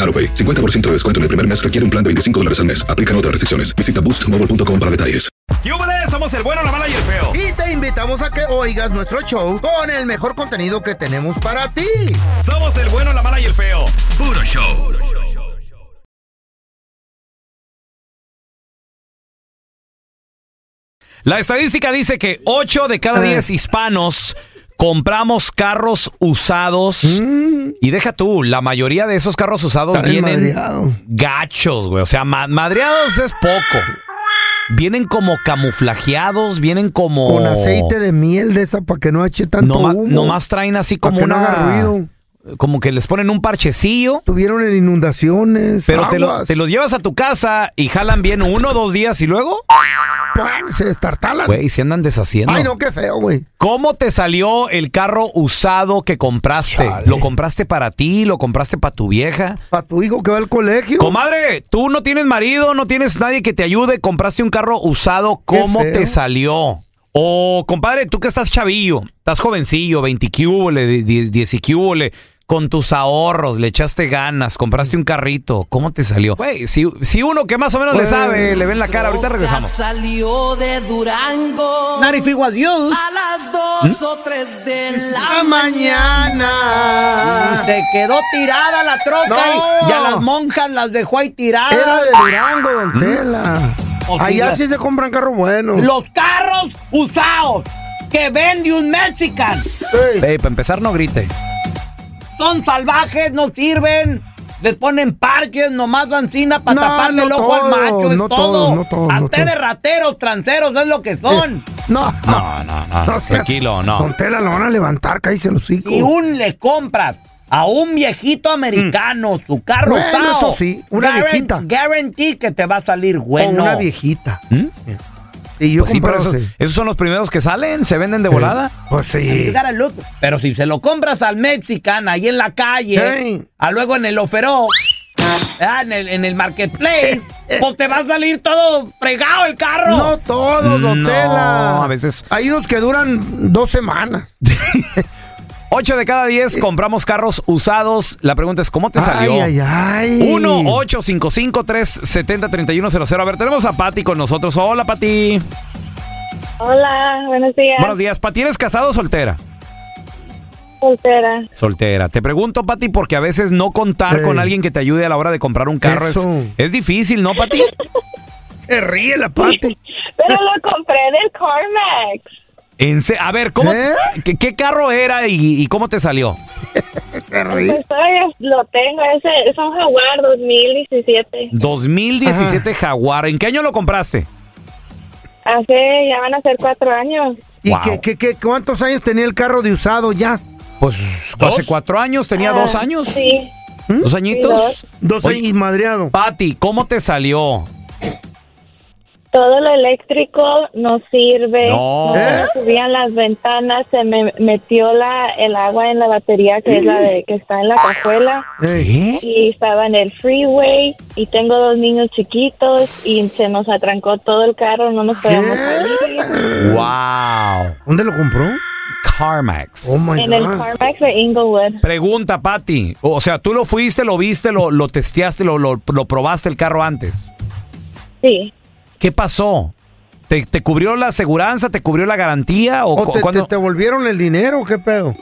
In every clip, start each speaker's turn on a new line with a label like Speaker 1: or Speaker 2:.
Speaker 1: AroPay. 50% de descuento en el primer mes requiere un plan de 25 dólares al mes. Aplican otras restricciones. Visita boostmobile.com para detalles.
Speaker 2: ¡Yúbales! Somos el bueno, la mala y el feo.
Speaker 3: Y te invitamos a que oigas nuestro show con el mejor contenido que tenemos para ti.
Speaker 2: Somos el bueno, la mala y el feo. Puro show. La estadística dice que 8 de cada 10 hispanos compramos carros usados.
Speaker 3: Mm.
Speaker 2: Y deja tú, la mayoría de esos carros usados
Speaker 3: Está bien
Speaker 2: vienen
Speaker 3: madreado.
Speaker 2: gachos, güey. O sea, ma- madreados es poco. Vienen como camuflajeados, vienen como...
Speaker 3: Con aceite de miel de esa para que no eche tanto
Speaker 2: Noma-
Speaker 3: humo.
Speaker 2: nomás traen así
Speaker 3: Pa'
Speaker 2: como
Speaker 3: que no
Speaker 2: una...
Speaker 3: haga ruido.
Speaker 2: Como que les ponen un parchecillo,
Speaker 3: Tuvieron en inundaciones.
Speaker 2: pero te, lo,
Speaker 3: aguas.
Speaker 2: te los llevas a tu casa y jalan bien uno o dos días y luego...
Speaker 3: ¡Pam! Se destartalan.
Speaker 2: Güey, se andan deshaciendo.
Speaker 3: Ay, no, qué feo, güey.
Speaker 2: ¿Cómo te salió el carro usado que compraste?
Speaker 3: Chale.
Speaker 2: ¿Lo compraste para ti? ¿Lo compraste para tu vieja?
Speaker 3: Para tu hijo que va al colegio.
Speaker 2: Comadre, tú no tienes marido, no tienes nadie que te ayude, compraste un carro usado, ¿cómo
Speaker 3: feo.
Speaker 2: te salió? O, compadre, tú que estás chavillo, estás jovencillo, 20 cúbole, 10 10 y cúbole, con tus ahorros, le echaste ganas, compraste un carrito, ¿cómo te salió? Güey, si, si uno que más o menos
Speaker 3: Güey.
Speaker 2: le sabe, le ven la cara, ahorita regresamos.
Speaker 4: Salió de Durango
Speaker 3: Narifigo a Dios.
Speaker 4: a las
Speaker 2: ¿Mm?
Speaker 4: dos o tres de la
Speaker 3: mañana.
Speaker 5: Se quedó tirada la troca
Speaker 3: Ah. No.
Speaker 5: y, y a las monjas las dejó ahí
Speaker 3: Era
Speaker 5: tiradas. Mm.
Speaker 3: de Durango,
Speaker 2: ¿Mm?
Speaker 3: don Tela.
Speaker 5: O
Speaker 3: Allá
Speaker 5: sea,
Speaker 3: sí se compran carros buenos.
Speaker 5: Los carros usados que vende un mexican
Speaker 3: Ey,
Speaker 2: Ey, para empezar, no grite.
Speaker 5: son salvajes, no sirven. Les ponen parches, nomás dancina para
Speaker 3: No,
Speaker 5: taparle
Speaker 3: no
Speaker 5: el ojo al
Speaker 3: todo,
Speaker 5: macho, es
Speaker 3: no todo,
Speaker 5: todo.
Speaker 3: no todo, no
Speaker 5: Hasta
Speaker 3: todo. Eh,
Speaker 5: de rateros, tranceros, es lo que son.
Speaker 3: No, no.
Speaker 2: No, no, no,
Speaker 3: no seas-
Speaker 2: tranquilo, no.
Speaker 3: Don Tela lo van a levantar, cállese los hocico.
Speaker 5: Si un le compras a un viejito americano su carro
Speaker 3: Mm. Bueno,
Speaker 5: usado,
Speaker 3: eso sí, una
Speaker 5: guaran-
Speaker 3: viejita.
Speaker 5: guarantee que te va a salir
Speaker 3: O
Speaker 5: bueno.
Speaker 3: una viejita.
Speaker 2: ¿Mm?
Speaker 3: Y yo
Speaker 2: Pues sí, pero
Speaker 3: comprado,
Speaker 2: esos,
Speaker 3: sí.
Speaker 2: esos son los primeros que salen, se venden de
Speaker 3: Sí.
Speaker 2: volada.
Speaker 3: Pues sí.
Speaker 5: You gotta look. Pero si se lo compras al mexican ahí en la calle,
Speaker 3: Hey.
Speaker 5: a luego en el oferó, ah, en el, en el marketplace, pues te va a salir todo fregado el carro.
Speaker 3: No todos, don
Speaker 2: No,
Speaker 3: Tela.
Speaker 2: a veces-
Speaker 3: Hay unos que duran dos semanas.
Speaker 2: 8 de cada 10 compramos carros usados. La pregunta es, ¿cómo te salió?
Speaker 3: Ay, ay, ay.
Speaker 2: 1-855-370-3100. A ver, tenemos a Pati con nosotros. Hola, Pati.
Speaker 6: Hola, buenos días.
Speaker 2: Buenos días. Pati, ¿eres casada o soltera?
Speaker 6: Soltera.
Speaker 2: Soltera. Te pregunto, Pati, porque a veces no contar
Speaker 3: Sí.
Speaker 2: con alguien que te ayude a la hora de comprar un carro es,
Speaker 3: Eso.
Speaker 2: es difícil, ¿no, Pati?
Speaker 3: Se ríe la parte.
Speaker 6: Pero lo compré en el CarMax.
Speaker 2: En se- a ver, ¿cómo,
Speaker 3: ¿Eh?
Speaker 2: ¿qué, qué carro era y, y cómo te salió?
Speaker 3: Se ríe.
Speaker 6: Pues todavía lo tengo. Ese es un Jaguar 2017.
Speaker 2: 2017 Jaguar. ¿En qué año lo compraste?
Speaker 6: Hace, ya van a ser cuatro años.
Speaker 3: ¿Y
Speaker 2: oh, Wow.
Speaker 3: qué, qué, qué, cuántos años tenía el carro de usado ya?
Speaker 2: Pues hace cuatro años, tenía dos
Speaker 6: Ah,
Speaker 2: años.
Speaker 6: Sí.
Speaker 3: ¿Mm?
Speaker 2: ¿Dos
Speaker 6: Sí,
Speaker 2: añitos?
Speaker 6: dos.
Speaker 3: Dos
Speaker 2: Oye,
Speaker 3: años y madreado.
Speaker 2: Pati, ¿cómo te salió?
Speaker 6: todo lo eléctrico no sirve.
Speaker 2: No.
Speaker 3: ¿Eh?
Speaker 6: se Subían las ventanas, se me metió la, el agua en la batería que es la de, que está en la cajuela
Speaker 3: ¿Eh?
Speaker 2: ¿Qué?
Speaker 6: y estaba en el freeway y tengo dos niños chiquitos y se nos atrancó todo el carro, no nos podíamos salir.
Speaker 2: ¡Wow!
Speaker 3: ¿Dónde lo compró?
Speaker 2: CarMax.
Speaker 3: Oh my
Speaker 6: En el
Speaker 3: God.
Speaker 6: Carmax de Inglewood.
Speaker 2: Pregunta, Patty. O sea, tú lo fuiste, lo viste, lo, lo testeaste, lo, lo, lo probaste el carro antes.
Speaker 6: Sí.
Speaker 2: ¿Qué pasó? ¿Te, te cubrió la aseguranza? ¿Te cubrió la garantía? ¿O,
Speaker 3: ¿O
Speaker 2: cu-
Speaker 3: te,
Speaker 2: cuándo-
Speaker 3: te- te volvieron el dinero? ¿Qué pedo?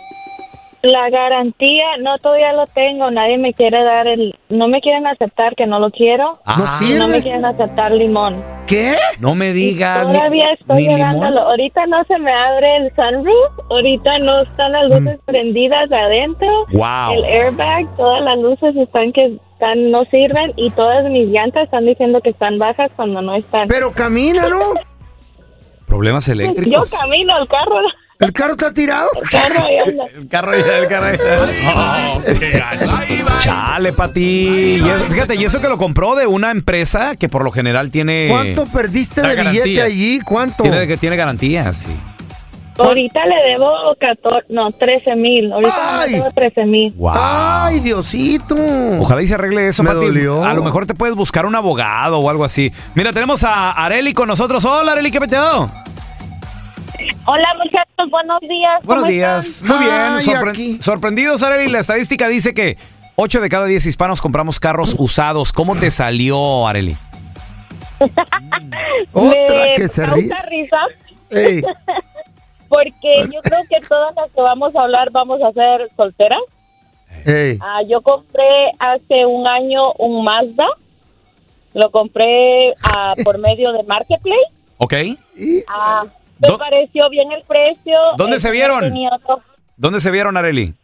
Speaker 6: La garantía no todavía lo tengo, nadie me quiere dar el, no me quieren aceptar que no lo quiero,
Speaker 2: Ah,
Speaker 3: No
Speaker 6: y no
Speaker 3: sirve.
Speaker 6: me quieren aceptar limón.
Speaker 3: ¿Qué?
Speaker 2: no me digas. ni-
Speaker 6: Todavía estoy
Speaker 2: ni limón.
Speaker 6: llegándolo. Ahorita no se me abre el sunroof, ahorita no están las luces prendidas de adentro.
Speaker 2: Wow.
Speaker 6: El airbag, todas las luces están que están no sirven y todas mis llantas están diciendo que están bajas cuando no están.
Speaker 3: Pero camina, ¿no?
Speaker 2: Problemas
Speaker 6: Yo
Speaker 2: eléctricos.
Speaker 6: camino al carro,
Speaker 3: ¿El carro está tirado?
Speaker 6: el carro y anda.
Speaker 2: El carro ya, el carro ya. Oh, qué gacho. Chale, Pati. Y eso- fíjate, y eso que lo compró de una empresa que por lo general tiene.
Speaker 3: ¿Cuánto perdiste
Speaker 2: la
Speaker 3: de billete
Speaker 2: garantía.
Speaker 3: allí? ¿Cuánto?
Speaker 2: Tiene, que tiene garantías, sí.
Speaker 6: Ahorita le debo 14, no, 13 mil. Ahorita
Speaker 3: Ay.
Speaker 6: le debo 13 mil.
Speaker 2: Wow.
Speaker 3: ¡Ay, Diosito!
Speaker 2: Ojalá y se arregle eso,
Speaker 3: Me
Speaker 2: Pati.
Speaker 3: dolió.
Speaker 2: A lo mejor te puedes buscar un abogado o algo así. Mira, tenemos a Areli con nosotros. Hola, Areli, ¿qué peteo?
Speaker 6: Hola muchachos, buenos días. ¿cómo
Speaker 2: Buenos días.
Speaker 3: están?
Speaker 2: Muy bien.
Speaker 3: Ay,
Speaker 2: sorpre-
Speaker 3: aquí.
Speaker 2: sorprendidos, Areli. La estadística dice que 8 de cada 10 hispanos compramos carros usados. ¿Cómo te salió, Areli?
Speaker 6: están?
Speaker 3: Otra
Speaker 6: Me
Speaker 3: que se
Speaker 6: causa
Speaker 3: ríe.
Speaker 6: risa
Speaker 3: Ey,
Speaker 6: porque yo creo que todas las que vamos a hablar vamos a ser solteras.
Speaker 3: ey.
Speaker 6: Ah, yo compré hace un año un Mazda. Lo compré ah, por medio de Marketplace.
Speaker 2: ¿Ok?
Speaker 3: Y-
Speaker 6: Ah, me
Speaker 2: Do-
Speaker 6: pareció bien el precio.
Speaker 2: ¿Dónde
Speaker 6: El
Speaker 2: se
Speaker 6: señor
Speaker 2: vieron?
Speaker 6: tenía otro.
Speaker 2: ¿Dónde se vieron, Areli?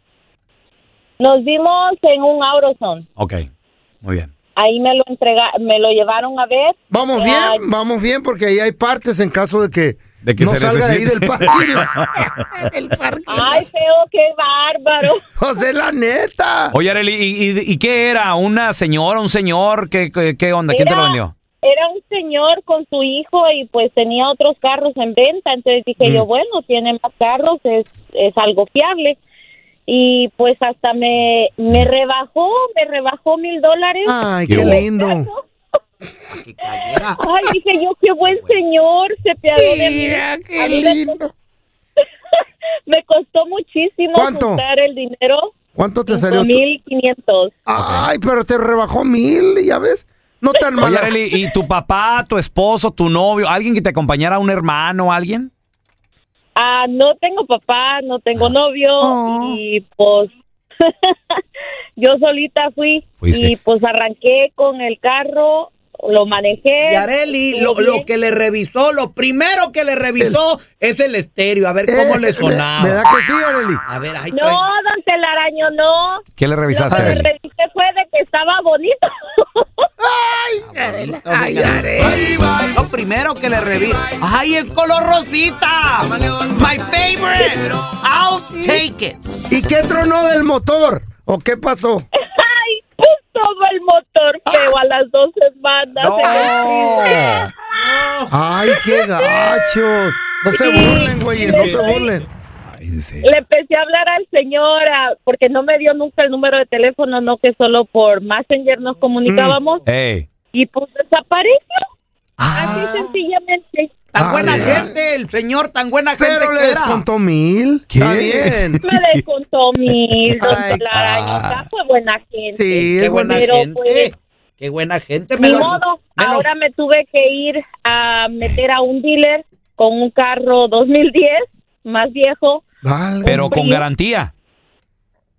Speaker 6: Nos vimos en un Auroson.
Speaker 2: Ok. Muy bien.
Speaker 6: Ahí me lo entrega, me lo llevaron a ver.
Speaker 3: Vamos
Speaker 6: Eh, ah,
Speaker 3: bien, vamos bien, porque ahí hay partes en caso de que,
Speaker 2: De que
Speaker 3: no
Speaker 2: se
Speaker 3: salga de ahí del
Speaker 2: necesite.
Speaker 3: parque. del parque.
Speaker 6: Ay, feo, qué bárbaro.
Speaker 3: José, la neta.
Speaker 2: Oye, Areli, ¿y, y, y qué era? ¿Una señora, un señor? ¿Qué, qué, qué onda? ¿Quién te lo
Speaker 6: Era-
Speaker 2: vendió?
Speaker 6: Era un señor con su hijo y pues tenía otros carros en venta, entonces dije
Speaker 3: Mm.
Speaker 6: yo, bueno, tiene más carros, es, es algo fiable. Y pues hasta me, me rebajó, me rebajó mil dólares.
Speaker 3: Ay,
Speaker 2: Qué
Speaker 3: qué
Speaker 2: guapo.
Speaker 3: lindo.
Speaker 6: Ay, dije yo, qué buen señor, se piadó de mí.
Speaker 3: Mira,
Speaker 6: A
Speaker 3: qué
Speaker 6: mí me-
Speaker 3: lindo.
Speaker 6: Me costó muchísimo
Speaker 3: ¿Cuánto?
Speaker 6: juntar el dinero,
Speaker 3: ¿Cuánto te salió?
Speaker 6: cinco
Speaker 3: tú?
Speaker 6: mil quinientos.
Speaker 3: Ay, pero te rebajó mil, ya ves. No tan mal.
Speaker 2: Oye, Areli, ¿y tu papá, tu esposo, tu novio, alguien que te acompañara, un hermano, alguien?
Speaker 6: Ah, no tengo papá, no
Speaker 5: Ah.
Speaker 6: tengo novio
Speaker 3: Oh.
Speaker 6: y pues yo solita fui
Speaker 2: Fuiste.
Speaker 6: y pues arranqué con el carro, lo manejé.
Speaker 5: Y Areli, lo,
Speaker 6: Muy
Speaker 5: lo
Speaker 6: bien.
Speaker 5: que le revisó, lo primero que le revisó es el estéreo, a ver
Speaker 3: Eh,
Speaker 5: cómo
Speaker 3: me- Me,
Speaker 5: le
Speaker 3: da
Speaker 5: sonaba.
Speaker 3: que sí, Arely.
Speaker 5: A ver, ahí
Speaker 6: No, don Telaraño, no.
Speaker 2: ¿Qué le
Speaker 6: Lo
Speaker 2: revisaste,
Speaker 6: que le
Speaker 2: Areli?
Speaker 6: revisé fue de que estaba bonito.
Speaker 3: Ay,
Speaker 5: Ay, Lo primero que le reviso. ¡Ay, el color rosita! ¡My favorite! ¡I'll take it!
Speaker 3: ¿Y qué tronó del motor? ¿O qué pasó?
Speaker 6: Ay, puso el motor
Speaker 5: Ah.
Speaker 6: feo a las dos semanas. en el freeway.
Speaker 3: Ay, qué gachos. No se burlen, güey, no se burlen.
Speaker 5: Este.
Speaker 6: Le empecé a hablar al señor ah, porque no me dio nunca el número de teléfono, no que solo por Messenger
Speaker 5: Mm,
Speaker 6: nos comunicábamos.
Speaker 5: eh.
Speaker 2: Ey.
Speaker 6: y pues desapareció.
Speaker 5: Ah.
Speaker 6: Así sencillamente.
Speaker 5: Tan
Speaker 3: Ah,
Speaker 5: buena
Speaker 3: mira.
Speaker 5: gente, el señor, tan buena gente
Speaker 3: Pero
Speaker 5: que
Speaker 3: le
Speaker 5: era.
Speaker 3: descontó mil.
Speaker 2: ¿Qué?
Speaker 3: Está bien.
Speaker 6: Me descontó mi don
Speaker 3: Ay,
Speaker 6: Telaraño.
Speaker 2: ah.
Speaker 6: Ya fue buena gente.
Speaker 3: Sí,
Speaker 5: Qué
Speaker 3: es
Speaker 5: buena
Speaker 3: buena.
Speaker 6: Pero,
Speaker 5: gente.
Speaker 6: pues,
Speaker 5: Qué buena gente. me
Speaker 6: Ni
Speaker 5: lo-
Speaker 6: modo.
Speaker 5: me lo-
Speaker 6: Ahora me tuve que ir a meter a un dealer con un carro 2010, más viejo.
Speaker 3: Vale.
Speaker 2: Pero con garantía.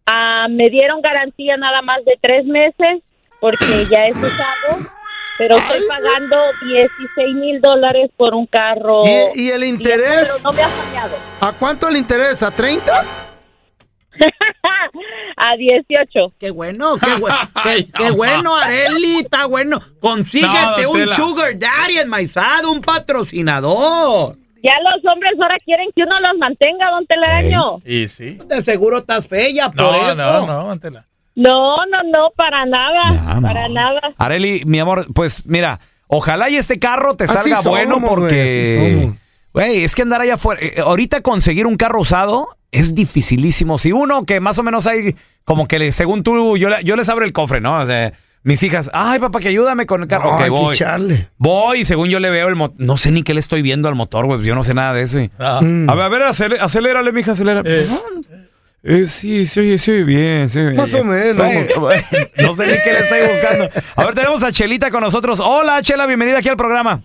Speaker 6: Ah, me dieron garantía nada más de tres meses porque ya es usado. Pero estoy pagando 16 mil dólares por un carro.
Speaker 3: ¿Y, y el interés?
Speaker 6: Pero no me ha fallado.
Speaker 3: ¿A cuánto le interés? ¿A 30?
Speaker 6: a 18.
Speaker 5: Qué bueno,
Speaker 3: Ah,
Speaker 5: qué, bueno, qué, qué bueno, Areli, está bueno. Consíguete
Speaker 2: No, don
Speaker 5: un
Speaker 2: Tela.
Speaker 5: sugar daddy enmaizado, un patrocinador.
Speaker 6: Ya los hombres ahora quieren que uno los mantenga, don Telaraño.
Speaker 7: Y sí.
Speaker 5: De seguro estás fea por
Speaker 7: No,
Speaker 5: eso.
Speaker 7: no, no, Antela.
Speaker 6: No, no, no, para nada.
Speaker 2: Ya, no.
Speaker 6: Para nada.
Speaker 2: Areli, mi amor, pues mira, Ojalá y este carro te
Speaker 3: Así
Speaker 2: salga
Speaker 3: somos,
Speaker 2: bueno
Speaker 3: güey, así
Speaker 2: porque...
Speaker 3: somos.
Speaker 2: Güey, es que andar allá afuera... eh, ahorita conseguir un carro usado es dificilísimo. Si uno que más o menos hay... Como que le- según tú, yo, le- yo les abro el cofre, ¿no? O sea, mis hijas... Ay, papá, que ayúdame con el carro.
Speaker 3: Ay,
Speaker 2: ok,
Speaker 3: qué
Speaker 2: voy.
Speaker 3: chale.
Speaker 2: Voy, y según yo le veo el motor... No sé ni qué le estoy viendo al motor, güey. Yo no sé nada de eso. y-
Speaker 3: Mm.
Speaker 2: A ver, a ver, acele- acelérale, mija, acelera.
Speaker 3: pues
Speaker 2: Eh, sí, sí, oye, sí, bien, sí.
Speaker 3: Más o menos.
Speaker 2: no sé ni qué le estoy buscando. A ver, tenemos a Chelita con nosotros. Hola, Chela, bienvenida aquí al programa.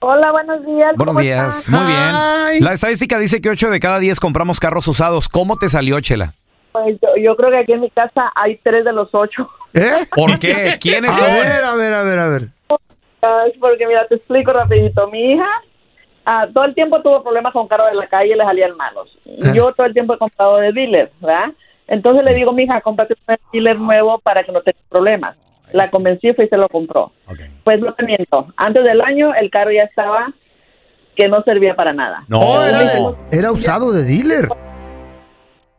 Speaker 5: Hola, buenos días.
Speaker 2: Buenos
Speaker 5: ¿cómo
Speaker 2: días,
Speaker 5: están?
Speaker 2: muy bien.
Speaker 3: Ay.
Speaker 2: La estadística dice que 8 de cada 10 compramos carros usados. ¿Cómo te salió, Chela?
Speaker 5: Pues yo, yo creo que aquí en mi casa hay tres de los ocho.
Speaker 3: ¿Eh?
Speaker 2: ¿Por qué? ¿Quiénes
Speaker 3: A
Speaker 2: son?
Speaker 3: ver, a ver, a ver, a ver.
Speaker 5: Ay, Ah, porque mira, te explico rapidito. Mi hija ah, todo el tiempo tuvo problemas con carros de la calle, le salían malos.
Speaker 2: Ah.
Speaker 5: Yo todo el tiempo he comprado de dealer, ¿verdad? Entonces
Speaker 2: Mm.
Speaker 5: le digo, mija, cómprate un dealer nuevo para que no tengas problemas. La convencí fue y se lo compró.
Speaker 2: Ok.
Speaker 5: Pues no te miento, antes del año el carro ya estaba que no servía para nada.
Speaker 2: No.
Speaker 3: Oh, era, de- era usado de dealer.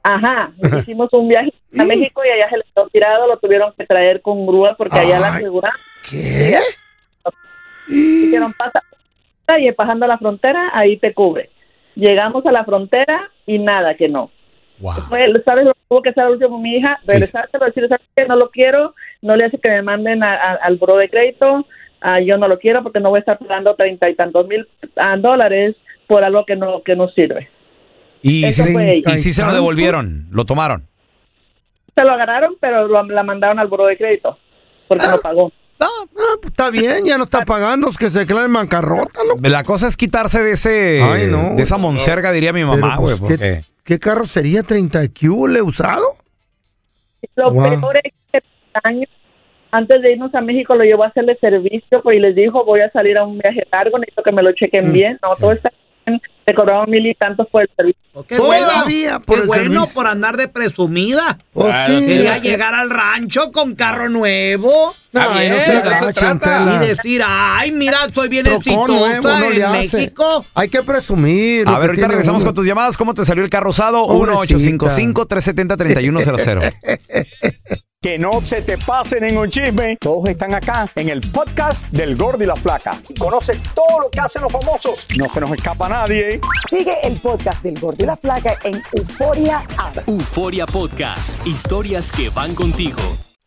Speaker 5: Ajá, hicimos un viaje
Speaker 3: Uh.
Speaker 5: a México y allá se le quedó tirado, lo tuvieron que traer con grúa porque allá la
Speaker 3: Ay.
Speaker 5: seguridad
Speaker 3: ¿Qué?
Speaker 5: dijeron pasa y pasando la frontera ahí te cubre llegamos a la frontera y nada que no
Speaker 2: Wow.
Speaker 5: Fue- sabes lo que tuvo que hacer al último mi hija regresarse para decirle "¿Sabes qué? no lo quiero no le hace que me manden a- a- al buro de crédito ah, yo no lo quiero porque no voy a estar pagando treinta y tantos mil ah, dólares por algo que no que no sirve
Speaker 2: Y
Speaker 5: Eso
Speaker 2: sí,
Speaker 5: fue
Speaker 2: y
Speaker 5: ella.
Speaker 2: sí se lo devolvieron, lo tomaron.
Speaker 5: se lo agarraron pero lo- la mandaron al buro de crédito porque no pagó
Speaker 3: Ah, ah, pues está bien, ya no está pagando, que se declare en bancarrota, loco.
Speaker 2: La cosa es quitarse de ese
Speaker 3: Ay, no,
Speaker 2: de esa monserga, diría mi mamá,
Speaker 3: Pero,
Speaker 2: güey,
Speaker 3: pues, ¿qué,
Speaker 2: porque
Speaker 3: ¿Qué carro sería 30 Q le usado?
Speaker 5: Lo
Speaker 3: Wow.
Speaker 5: peor es que el año antes de irnos a México lo llevó a hacerle servicio pues, y les dijo voy a salir a un viaje largo, necesito que me lo
Speaker 8: Mm.
Speaker 5: chequen bien. No, todo está bien. Te cobraron mil y tantos por el servicio.
Speaker 8: Qué
Speaker 3: Todavía
Speaker 8: bueno,
Speaker 3: por
Speaker 8: qué
Speaker 3: el
Speaker 8: bueno
Speaker 3: servicio.
Speaker 8: por andar de presumida.
Speaker 3: Oh, sí.
Speaker 8: Quería llegar al rancho con carro nuevo.
Speaker 3: No,
Speaker 8: Está bien,
Speaker 3: no se
Speaker 8: de eso
Speaker 3: agachen,
Speaker 8: trata.
Speaker 3: tela.
Speaker 8: Y decir, ay, mira, soy bien
Speaker 3: ah, Trocón nuevo,
Speaker 8: exitosa
Speaker 3: no le
Speaker 8: en
Speaker 3: hace.
Speaker 8: México.
Speaker 3: Hay que presumir.
Speaker 2: A
Speaker 3: lo que
Speaker 2: ver, ahorita
Speaker 3: tiene
Speaker 2: regresamos
Speaker 3: uno.
Speaker 2: con tus llamadas. ¿Cómo te salió el carro usado?
Speaker 3: Pobrecita.
Speaker 2: 1-855-370-3100.
Speaker 9: Que no se te pase ningún chisme. Todos están acá en el podcast del Gordi y la Flaca. Y conoce todo lo que hacen los famosos. No se nos escapa nadie. ¿eh?
Speaker 10: Sigue el podcast del Gordo y la Flaca en Euforia App.
Speaker 11: Euforia Podcast, historias que van contigo.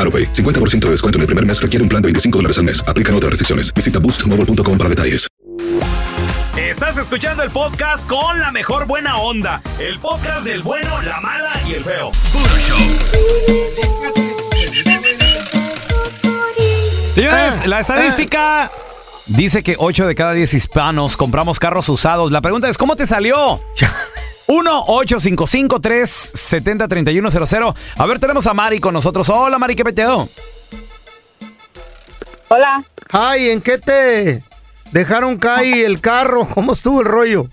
Speaker 1: AroPay. 50% de descuento en el primer mes requiere un plan de 25 dólares al mes. Aplican otras restricciones. Visita boostmobile.com para detalles.
Speaker 11: Estás escuchando el podcast con la mejor buena onda. El podcast del bueno, la mala y el feo. Puro show.
Speaker 2: Señores, la estadística dice que 8 de cada 10 hispanos compramos carros usados. La pregunta es, ¿cómo te salió? 1-855-370-3100. A ver, tenemos a Mari con nosotros. Hola, Mari, ¿qué peteo?
Speaker 5: Hola,
Speaker 3: Ay, ¿en qué te dejaron caer el carro? ¿Cómo estuvo el rollo?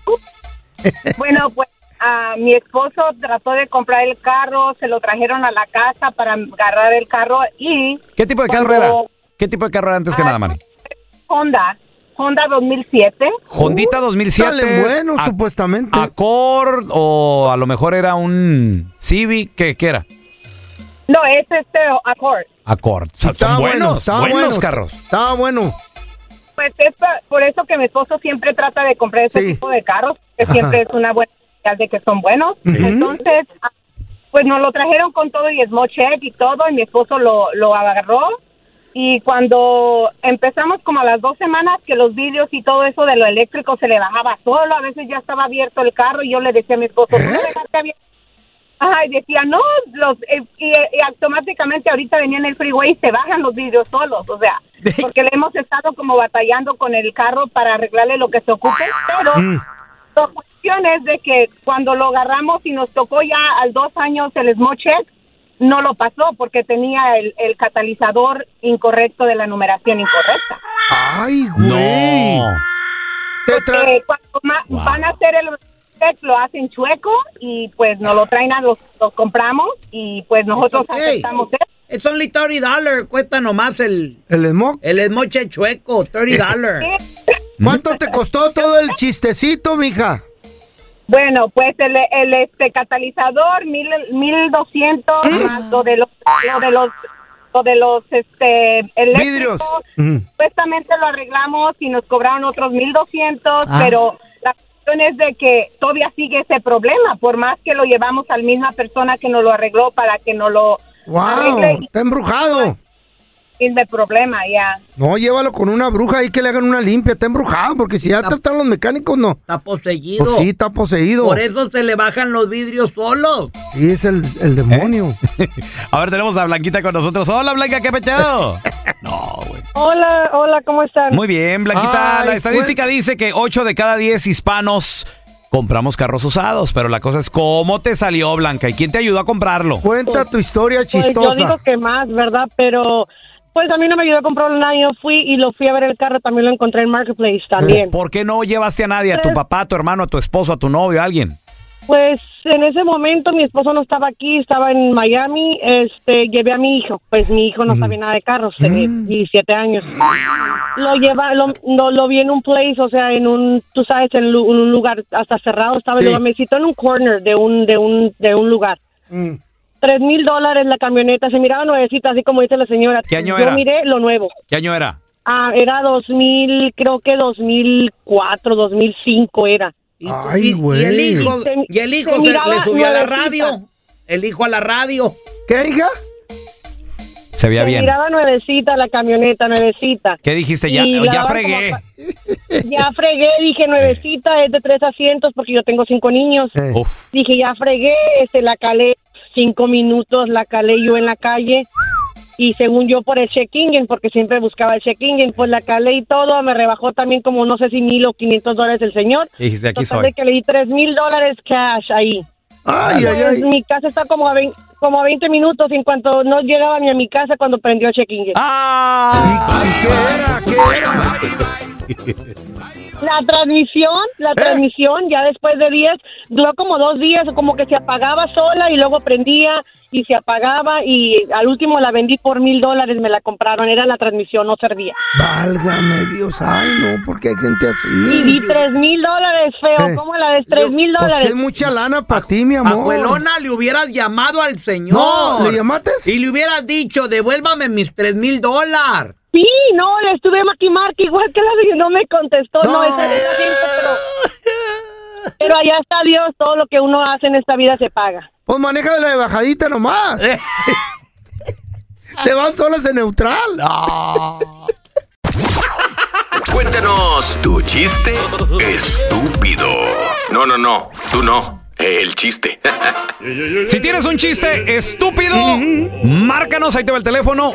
Speaker 5: bueno, pues a mi esposo trató de comprar el carro, se lo trajeron a la casa para agarrar el carro y
Speaker 2: ¿Qué tipo de carro
Speaker 5: Cuando-
Speaker 2: era? ¿Qué tipo de carro era antes que nada, Mari?
Speaker 5: Honda.
Speaker 12: Honda 2007.
Speaker 2: Hondita 2007.
Speaker 3: sale bueno,
Speaker 2: supuestamente. Accord o a lo mejor era un Civic, ¿qué, qué era?
Speaker 12: No, es este Accord.
Speaker 2: Accord. O sea,
Speaker 3: Está
Speaker 2: Ah, son
Speaker 3: bueno,
Speaker 2: buenos,
Speaker 3: está
Speaker 2: buenos
Speaker 3: bueno.
Speaker 2: carros.
Speaker 3: Está bueno.
Speaker 12: Pues es pa- por eso que mi esposo siempre trata de comprar ese tipo de carros, que
Speaker 3: Ajá.
Speaker 12: siempre es una buena señal de que son buenos.
Speaker 3: Ujú.
Speaker 12: Entonces, ah, pues nos lo trajeron con todo y small check y todo, y mi esposo lo, lo agarró. Y cuando empezamos como a las dos semanas que los vídeos y todo eso de lo eléctrico se le bajaba solo, a veces ya estaba abierto el carro y yo le decía a mi esposo, "¿Tú no dejaste abierto?" Ajá, y decía, no, los, eh, y, y automáticamente ahorita venía en el freeway y se bajan los vidrios solos, o sea, porque le hemos estado como batallando con el carro para arreglarle lo que se ocupe, pero
Speaker 3: Mm.
Speaker 12: la cuestión es de que cuando lo agarramos y nos tocó ya al dos años el smocheck, no lo pasó porque tenía el, el catalizador incorrecto de la numeración incorrecta.
Speaker 3: ¡Ay, güey!
Speaker 12: Porque cuando ma- van a hacer el check, lo hacen chueco y pues nos lo traen a los, los compramos y pues nosotros
Speaker 13: Ok.
Speaker 12: aceptamos eso.
Speaker 13: It's only $30. Cuesta nomás el...
Speaker 3: ¿El smoke?
Speaker 13: El smoche chueco, $30.
Speaker 3: ¿Cuánto te costó todo el chistecito, mija?
Speaker 12: Bueno, pues el, el este catalizador mil, 1200 más lo de los lo de los lo de los este eléctricos,
Speaker 3: Vidrios. Mm,
Speaker 12: supuestamente lo arreglamos y nos cobraron otros 1200,
Speaker 3: Ah.
Speaker 12: pero la cuestión es de que todavía sigue ese problema, por más que lo llevamos al misma persona que nos lo arregló para que nos lo
Speaker 3: ¡Wow!
Speaker 12: arregle
Speaker 3: Está embrujado.
Speaker 12: y de problema ya.
Speaker 3: No, llévalo con una bruja ahí que le hagan una limpia. Está embrujado, porque si ya tratan los mecánicos, no.
Speaker 13: Está poseído.
Speaker 3: Pues sí, está poseído.
Speaker 13: Por eso se le bajan los vidrios solos.
Speaker 3: Sí, es el, el demonio.
Speaker 13: ¿Eh?
Speaker 2: A ver, tenemos a Blanquita con nosotros. Hola, Blanca, ¿qué peteado?
Speaker 14: Hola, hola, ¿cómo están?
Speaker 2: Muy bien, Blanquita.
Speaker 14: Ay,
Speaker 3: pues.
Speaker 2: la estadística dice que 8 de cada 10 hispanos compramos carros usados, pero la cosa es cómo te salió, Blanca, y quién te ayudó a comprarlo.
Speaker 3: Cuenta tu historia
Speaker 14: Pues yo digo que más, ¿verdad? Pero pues a mí no me ayudó a comprar online. Yo fui y lo fui a ver el carro. También lo encontré en Marketplace también.
Speaker 2: ¿Por qué no llevaste a nadie? ¿A
Speaker 13: Pues.
Speaker 2: tu papá, a tu hermano, a tu esposo, a tu novio, a alguien?
Speaker 14: Pues en ese momento mi esposo no estaba aquí, estaba en Miami. Este, llevé a mi hijo. Pues mi hijo no sabía nada de carros, tenía 17 años. Lo lleva, lo, lo, lo vi en un place, o sea, en un, tú sabes, en lu- un lugar hasta cerrado estaba.
Speaker 15: Sí.
Speaker 14: Lo me citó en un corner de un, de un, de un lugar.
Speaker 2: Mm.
Speaker 14: Tres mil dólares la camioneta, se miraba nuevecita, así como dice la señora.
Speaker 2: ¿Qué año
Speaker 14: Yo
Speaker 2: era?
Speaker 14: miré lo nuevo.
Speaker 2: ¿Qué año era?
Speaker 14: Ah, era 2000, creo que 2004, 2005 era.
Speaker 3: Ay,
Speaker 13: Y el hijo,
Speaker 14: Se-
Speaker 13: y el hijo
Speaker 14: se
Speaker 13: se- le
Speaker 14: miraba
Speaker 13: subió a la
Speaker 14: nuevecita.
Speaker 13: radio. El hijo a la radio.
Speaker 3: ¿Qué, hija?
Speaker 2: Se veía
Speaker 14: Se
Speaker 2: bien.
Speaker 14: miraba nuevecita la camioneta, nuevecita.
Speaker 2: ¿Qué dijiste? Ya,
Speaker 14: Y la
Speaker 2: ya
Speaker 14: daba
Speaker 2: fregué.
Speaker 14: Ya fregué, dije nuevecita, es de tres asientos porque yo tengo cinco niños.
Speaker 2: Uf.
Speaker 14: Dije, ya fregué, este, la calé cinco minutos, la calé yo en la calle. Y según yo por el check engine, porque siempre buscaba el check engine, pues la calé y todo, me rebajó también como no sé si mil o quinientos dólares el señor.
Speaker 2: Y dijiste, aquí
Speaker 14: Total
Speaker 2: soy.
Speaker 14: de que le di tres mil dólares cash ahí.
Speaker 3: Ay,
Speaker 14: Pues,
Speaker 3: ay, ay.
Speaker 14: Mi casa está como a, vein- como a 20 minutos y en cuanto no llegaba ni a mi casa cuando prendió el check engine.
Speaker 2: Ah.
Speaker 14: La transmisión,
Speaker 3: Eh.
Speaker 14: la transmisión, ya después de días, duró como dos días, como que se apagaba sola y luego prendía y se apagaba y al último la vendí por mil dólares, me la compraron, era la transmisión, no servía.
Speaker 3: Válgame Dios. Ay, no, porque hay gente así.
Speaker 14: Y di tres mil dólares, feo,
Speaker 3: Eh,
Speaker 14: ¿cómo la ves? Tres mil
Speaker 3: Pues
Speaker 14: dólares.
Speaker 3: es mucha lana para ti, mi amor.
Speaker 13: Abuelona, le hubieras llamado al señor.
Speaker 3: No, ¿le
Speaker 13: llamaste? Y le hubieras dicho, devuélvame mis tres mil dólares.
Speaker 14: Sí, no, le estuve maquimar que igual que la de no me contestó, no, esa era la gente, pero... Pero allá está Dios, todo lo que uno hace en esta vida se paga.
Speaker 3: Pues maneja la de bajadita nomás.
Speaker 13: Eh.
Speaker 3: Te van solas en neutral.
Speaker 16: Cuéntanos tu chiste estúpido. No, no, no. Tú no. El chiste.
Speaker 2: Si tienes un chiste estúpido, márcanos, ahí te va el teléfono,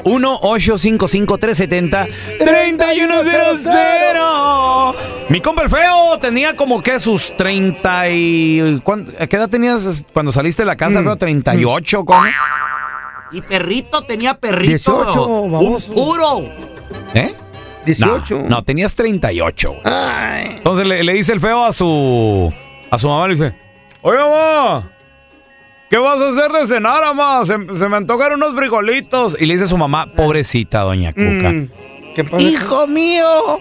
Speaker 2: 1-855-370-3100. Mi compa el feo tenía como que sus 30 y... ¿cuán- a ¿Qué edad tenías cuando saliste de la casa,
Speaker 3: Mm,
Speaker 2: feo? 38, ¿cómo?
Speaker 13: Y perrito tenía perrito.
Speaker 2: 18,
Speaker 13: Un
Speaker 2: baboso.
Speaker 13: puro.
Speaker 2: ¿Eh?
Speaker 3: 18.
Speaker 2: No, no, tenías 38. güey.
Speaker 3: Ah,
Speaker 2: Entonces le, le dice el feo a su a su mamá, le dice, oye mamá, ¿qué vas a hacer de cenar, mamá? Se, se me antojaron unos
Speaker 3: Mm.
Speaker 2: frijolitos. Y le dice a su mamá, pobrecita doña Cuca.
Speaker 3: ¿Qué
Speaker 2: Hijo mío,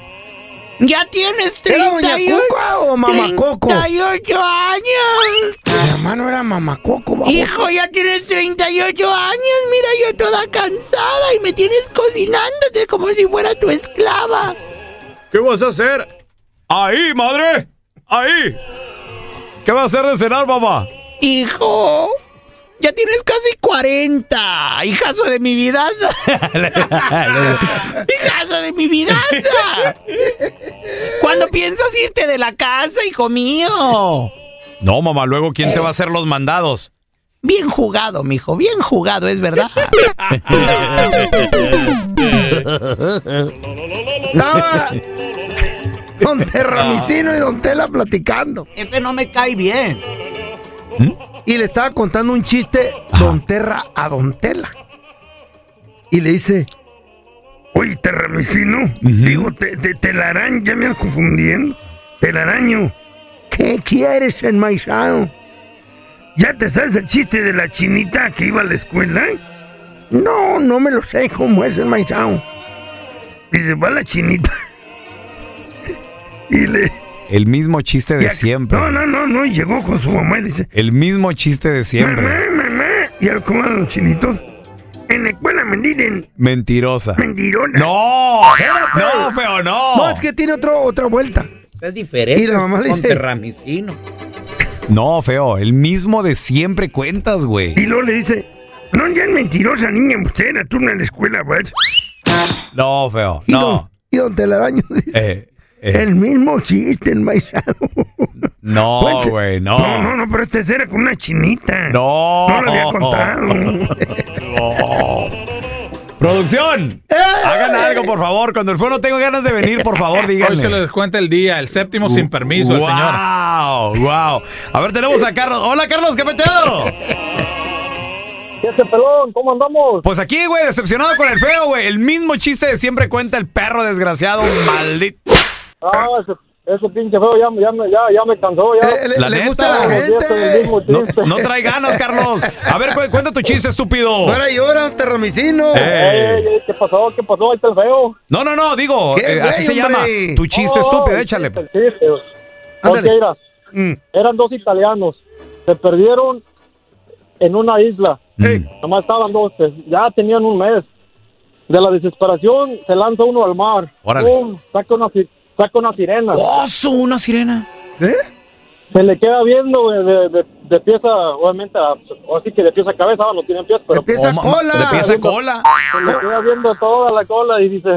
Speaker 5: Ya tienes
Speaker 3: ¿Era Doña
Speaker 5: 38
Speaker 3: Cuca o Mamacoco?
Speaker 5: 38 años.
Speaker 3: Mi hermano era mamacoco, baboso.
Speaker 5: Hijo, ya tienes 38 años. Mira, yo toda cansada y me tienes cocinándote como si fuera tu esclava.
Speaker 17: ¿Qué vas a hacer? Ahí, madre. Ahí. ¿Qué vas a hacer de cenar, mamá?
Speaker 5: Hijo, ya tienes casi 40. Hijazo de mi vida. Hijazo de mi vida. ¿Cuándo piensas irte de la casa, hijo mío?
Speaker 2: No, mamá, luego ¿quién te va a hacer los mandados?
Speaker 5: Bien jugado, mijo, bien jugado, es verdad.
Speaker 3: Estaba Don Terramicino y Don Tela platicando.
Speaker 5: Este no me cae bien.
Speaker 3: Y le estaba contando un chiste Don Terra a Don Tela. Y le dice, oye, Terramicino, digo, te, te, telaraño, ya me has confundiendo. Telaraño, ¿qué quieres, enmaizado? ¿Ya te sabes el chiste de la chinita que iba a la escuela? No, no me lo sé cómo es enmaizado. Dice, va la chinita. y le...
Speaker 2: El mismo chiste de siempre.
Speaker 3: No, no, no, no. Y llegó con su mamá y le dice,
Speaker 2: El mismo chiste de siempre.
Speaker 3: mamá, mamá. Y al cómo los chinitos. En la escuela me dicen
Speaker 2: Mentirosa.
Speaker 3: mentirona.
Speaker 2: ¡No! ¡No, feo, no!
Speaker 3: No, es que tiene otro, otra vuelta.
Speaker 5: Es diferente.
Speaker 3: Y la mamá le
Speaker 5: con
Speaker 3: dice-
Speaker 5: Terramicino.
Speaker 2: No, feo. El mismo de siempre cuentas, güey.
Speaker 3: Y luego le dice, no, ya es mentirosa, niña, usted la turna en la escuela, ¿verdad?
Speaker 2: No, feo.
Speaker 3: Y
Speaker 2: No.
Speaker 3: don, y la daño dice,
Speaker 2: Eh, eh,
Speaker 3: el mismo chiste, enmaizado.
Speaker 2: no,
Speaker 3: Cuente.
Speaker 2: güey,
Speaker 3: No,
Speaker 2: no.
Speaker 3: no, no, pero este era con una chinita.
Speaker 2: No.
Speaker 3: No lo había contado.
Speaker 2: No. Oh. Producción,
Speaker 18: Eh.
Speaker 2: hagan algo, por favor. Cuando el feo no tengo ganas de venir, por favor, díganle.
Speaker 18: Hoy se le descuenta el día, el séptimo sin permiso, el
Speaker 2: wow,
Speaker 18: señor.
Speaker 2: wow. A ver, tenemos a Carlos. Hola, Carlos, ¿qué peteado?
Speaker 19: Este pelón, ¿cómo andamos?
Speaker 2: Pues aquí, güey, decepcionado con el feo, güey. El mismo chiste de siempre cuenta el perro desgraciado, maldito.
Speaker 19: Ah, ese, ese pinche feo ya, ya, me- ya, ya me cansó, ya.
Speaker 2: La Eh, le neta. gusta a la
Speaker 19: Todos los días con el mismo
Speaker 2: No,
Speaker 19: chiste.
Speaker 2: no trae ganas, Carlos. A ver, cu- cuenta tu chiste, estúpido.
Speaker 3: llora, don Terramicino.
Speaker 2: Eh.
Speaker 19: Ey, ey, ¿Qué pasó? ¿Qué pasó? Ahí está el feo.
Speaker 2: No, no, no, digo,
Speaker 19: ¿Qué,
Speaker 2: eh,
Speaker 19: güey,
Speaker 2: así se
Speaker 19: hombre?
Speaker 2: llama. Tu chiste
Speaker 19: Oh,
Speaker 2: estúpido,
Speaker 19: el
Speaker 2: échale.
Speaker 19: El chiste. Ok,
Speaker 2: Ándale. Mm.
Speaker 19: mira, Eran dos italianos. Se perdieron en una isla.
Speaker 2: mm.
Speaker 19: Nomás estaban dos. pues, Ya tenían un mes. De la desesperación se lanza uno al mar.
Speaker 2: Órale.
Speaker 19: Pum, saca, una, si- saca una sirena.
Speaker 2: ¡Oso! Una sirena.
Speaker 19: Se le queda viendo güey, de, de- de pieza, obviamente, a- o así que de pieza a cabeza, no tienen pies, pero...
Speaker 2: pieza a Oh, ma- cola. de pieza a cola.
Speaker 19: Se le queda viendo toda la cola y dice,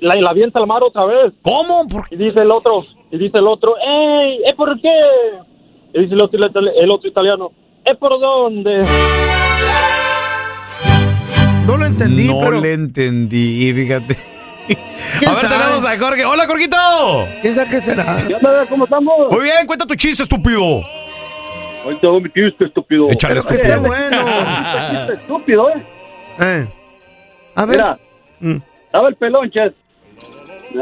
Speaker 19: la, y la avienta al mar otra vez.
Speaker 2: ¿Cómo?
Speaker 19: Y dice el otro, y dice el otro, ¡Ey! ¿eh, ¿Por qué? Y dice el otro, itali- el otro italiano, ¿eh por dónde?
Speaker 3: No lo entendí,
Speaker 2: No
Speaker 3: pero-
Speaker 2: le entendí, fíjate. A ver, tenemos a Jorge. ¡Hola, Jorgito!
Speaker 3: ¿Piensa qué será?
Speaker 19: ¿Cómo estamos?
Speaker 2: Muy bien, cuenta tu chiste, estúpido.
Speaker 19: Ahorita te mi chiste, estúpido.
Speaker 2: Échale,
Speaker 3: Pero que esté
Speaker 2: estúpido.
Speaker 3: bueno.
Speaker 19: Chiste estúpido, ¿eh?
Speaker 3: A ver. Mm.
Speaker 19: Mira, estaba el pelón, Ches.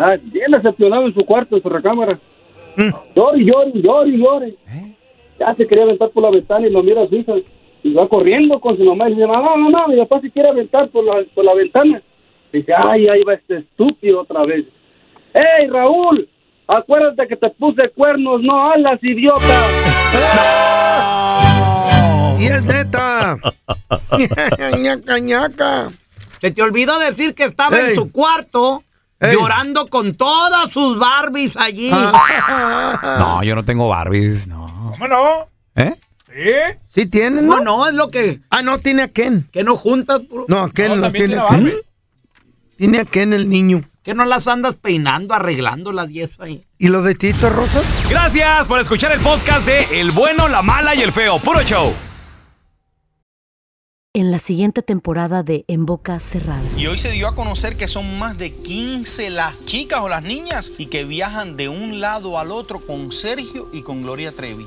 Speaker 19: Ah, Bien decepcionado en su cuarto, en su recámara.
Speaker 3: Mm.
Speaker 19: Llori, llori, llori, llori.
Speaker 3: ¿Eh?
Speaker 19: Ya se quería aventar por la ventana y lo mira a su hija. Y va corriendo con su mamá y dice, mamá, mamá, mi papá se quiere aventar por la, por la ventana. Dice, ay, ahí va este estúpido otra vez. ¡Ey, Raúl! Acuérdate que te puse cuernos, no alas, idiota.
Speaker 3: Y el neta. ñaca, ñaca.
Speaker 5: Se te olvidó decir que estaba en su cuarto llorando con todas sus Barbies allí.
Speaker 3: Ah.
Speaker 2: No, yo no tengo Barbies, no.
Speaker 5: ¿Cómo no?
Speaker 2: ¿Eh?
Speaker 5: ¿Sí?
Speaker 3: Sí tienen,
Speaker 5: ¿no? No, es lo que...
Speaker 3: Ah, no, tiene a Ken.
Speaker 5: Que no juntas... puro-
Speaker 3: No, a Ken no, tiene. a Ken. Tiene a Ken el niño.
Speaker 5: Que no las andas peinando, arreglándolas y eso ahí.
Speaker 3: ¿Y los de Tito Rosas?
Speaker 17: Gracias por escuchar el podcast de El bueno, la mala y el feo. Puro show.
Speaker 20: En la siguiente temporada de En Boca Cerrada.
Speaker 21: Y hoy se dio a conocer que son más de 15 las chicas o las niñas y que viajan de un lado al otro con Sergio y con Gloria Trevi.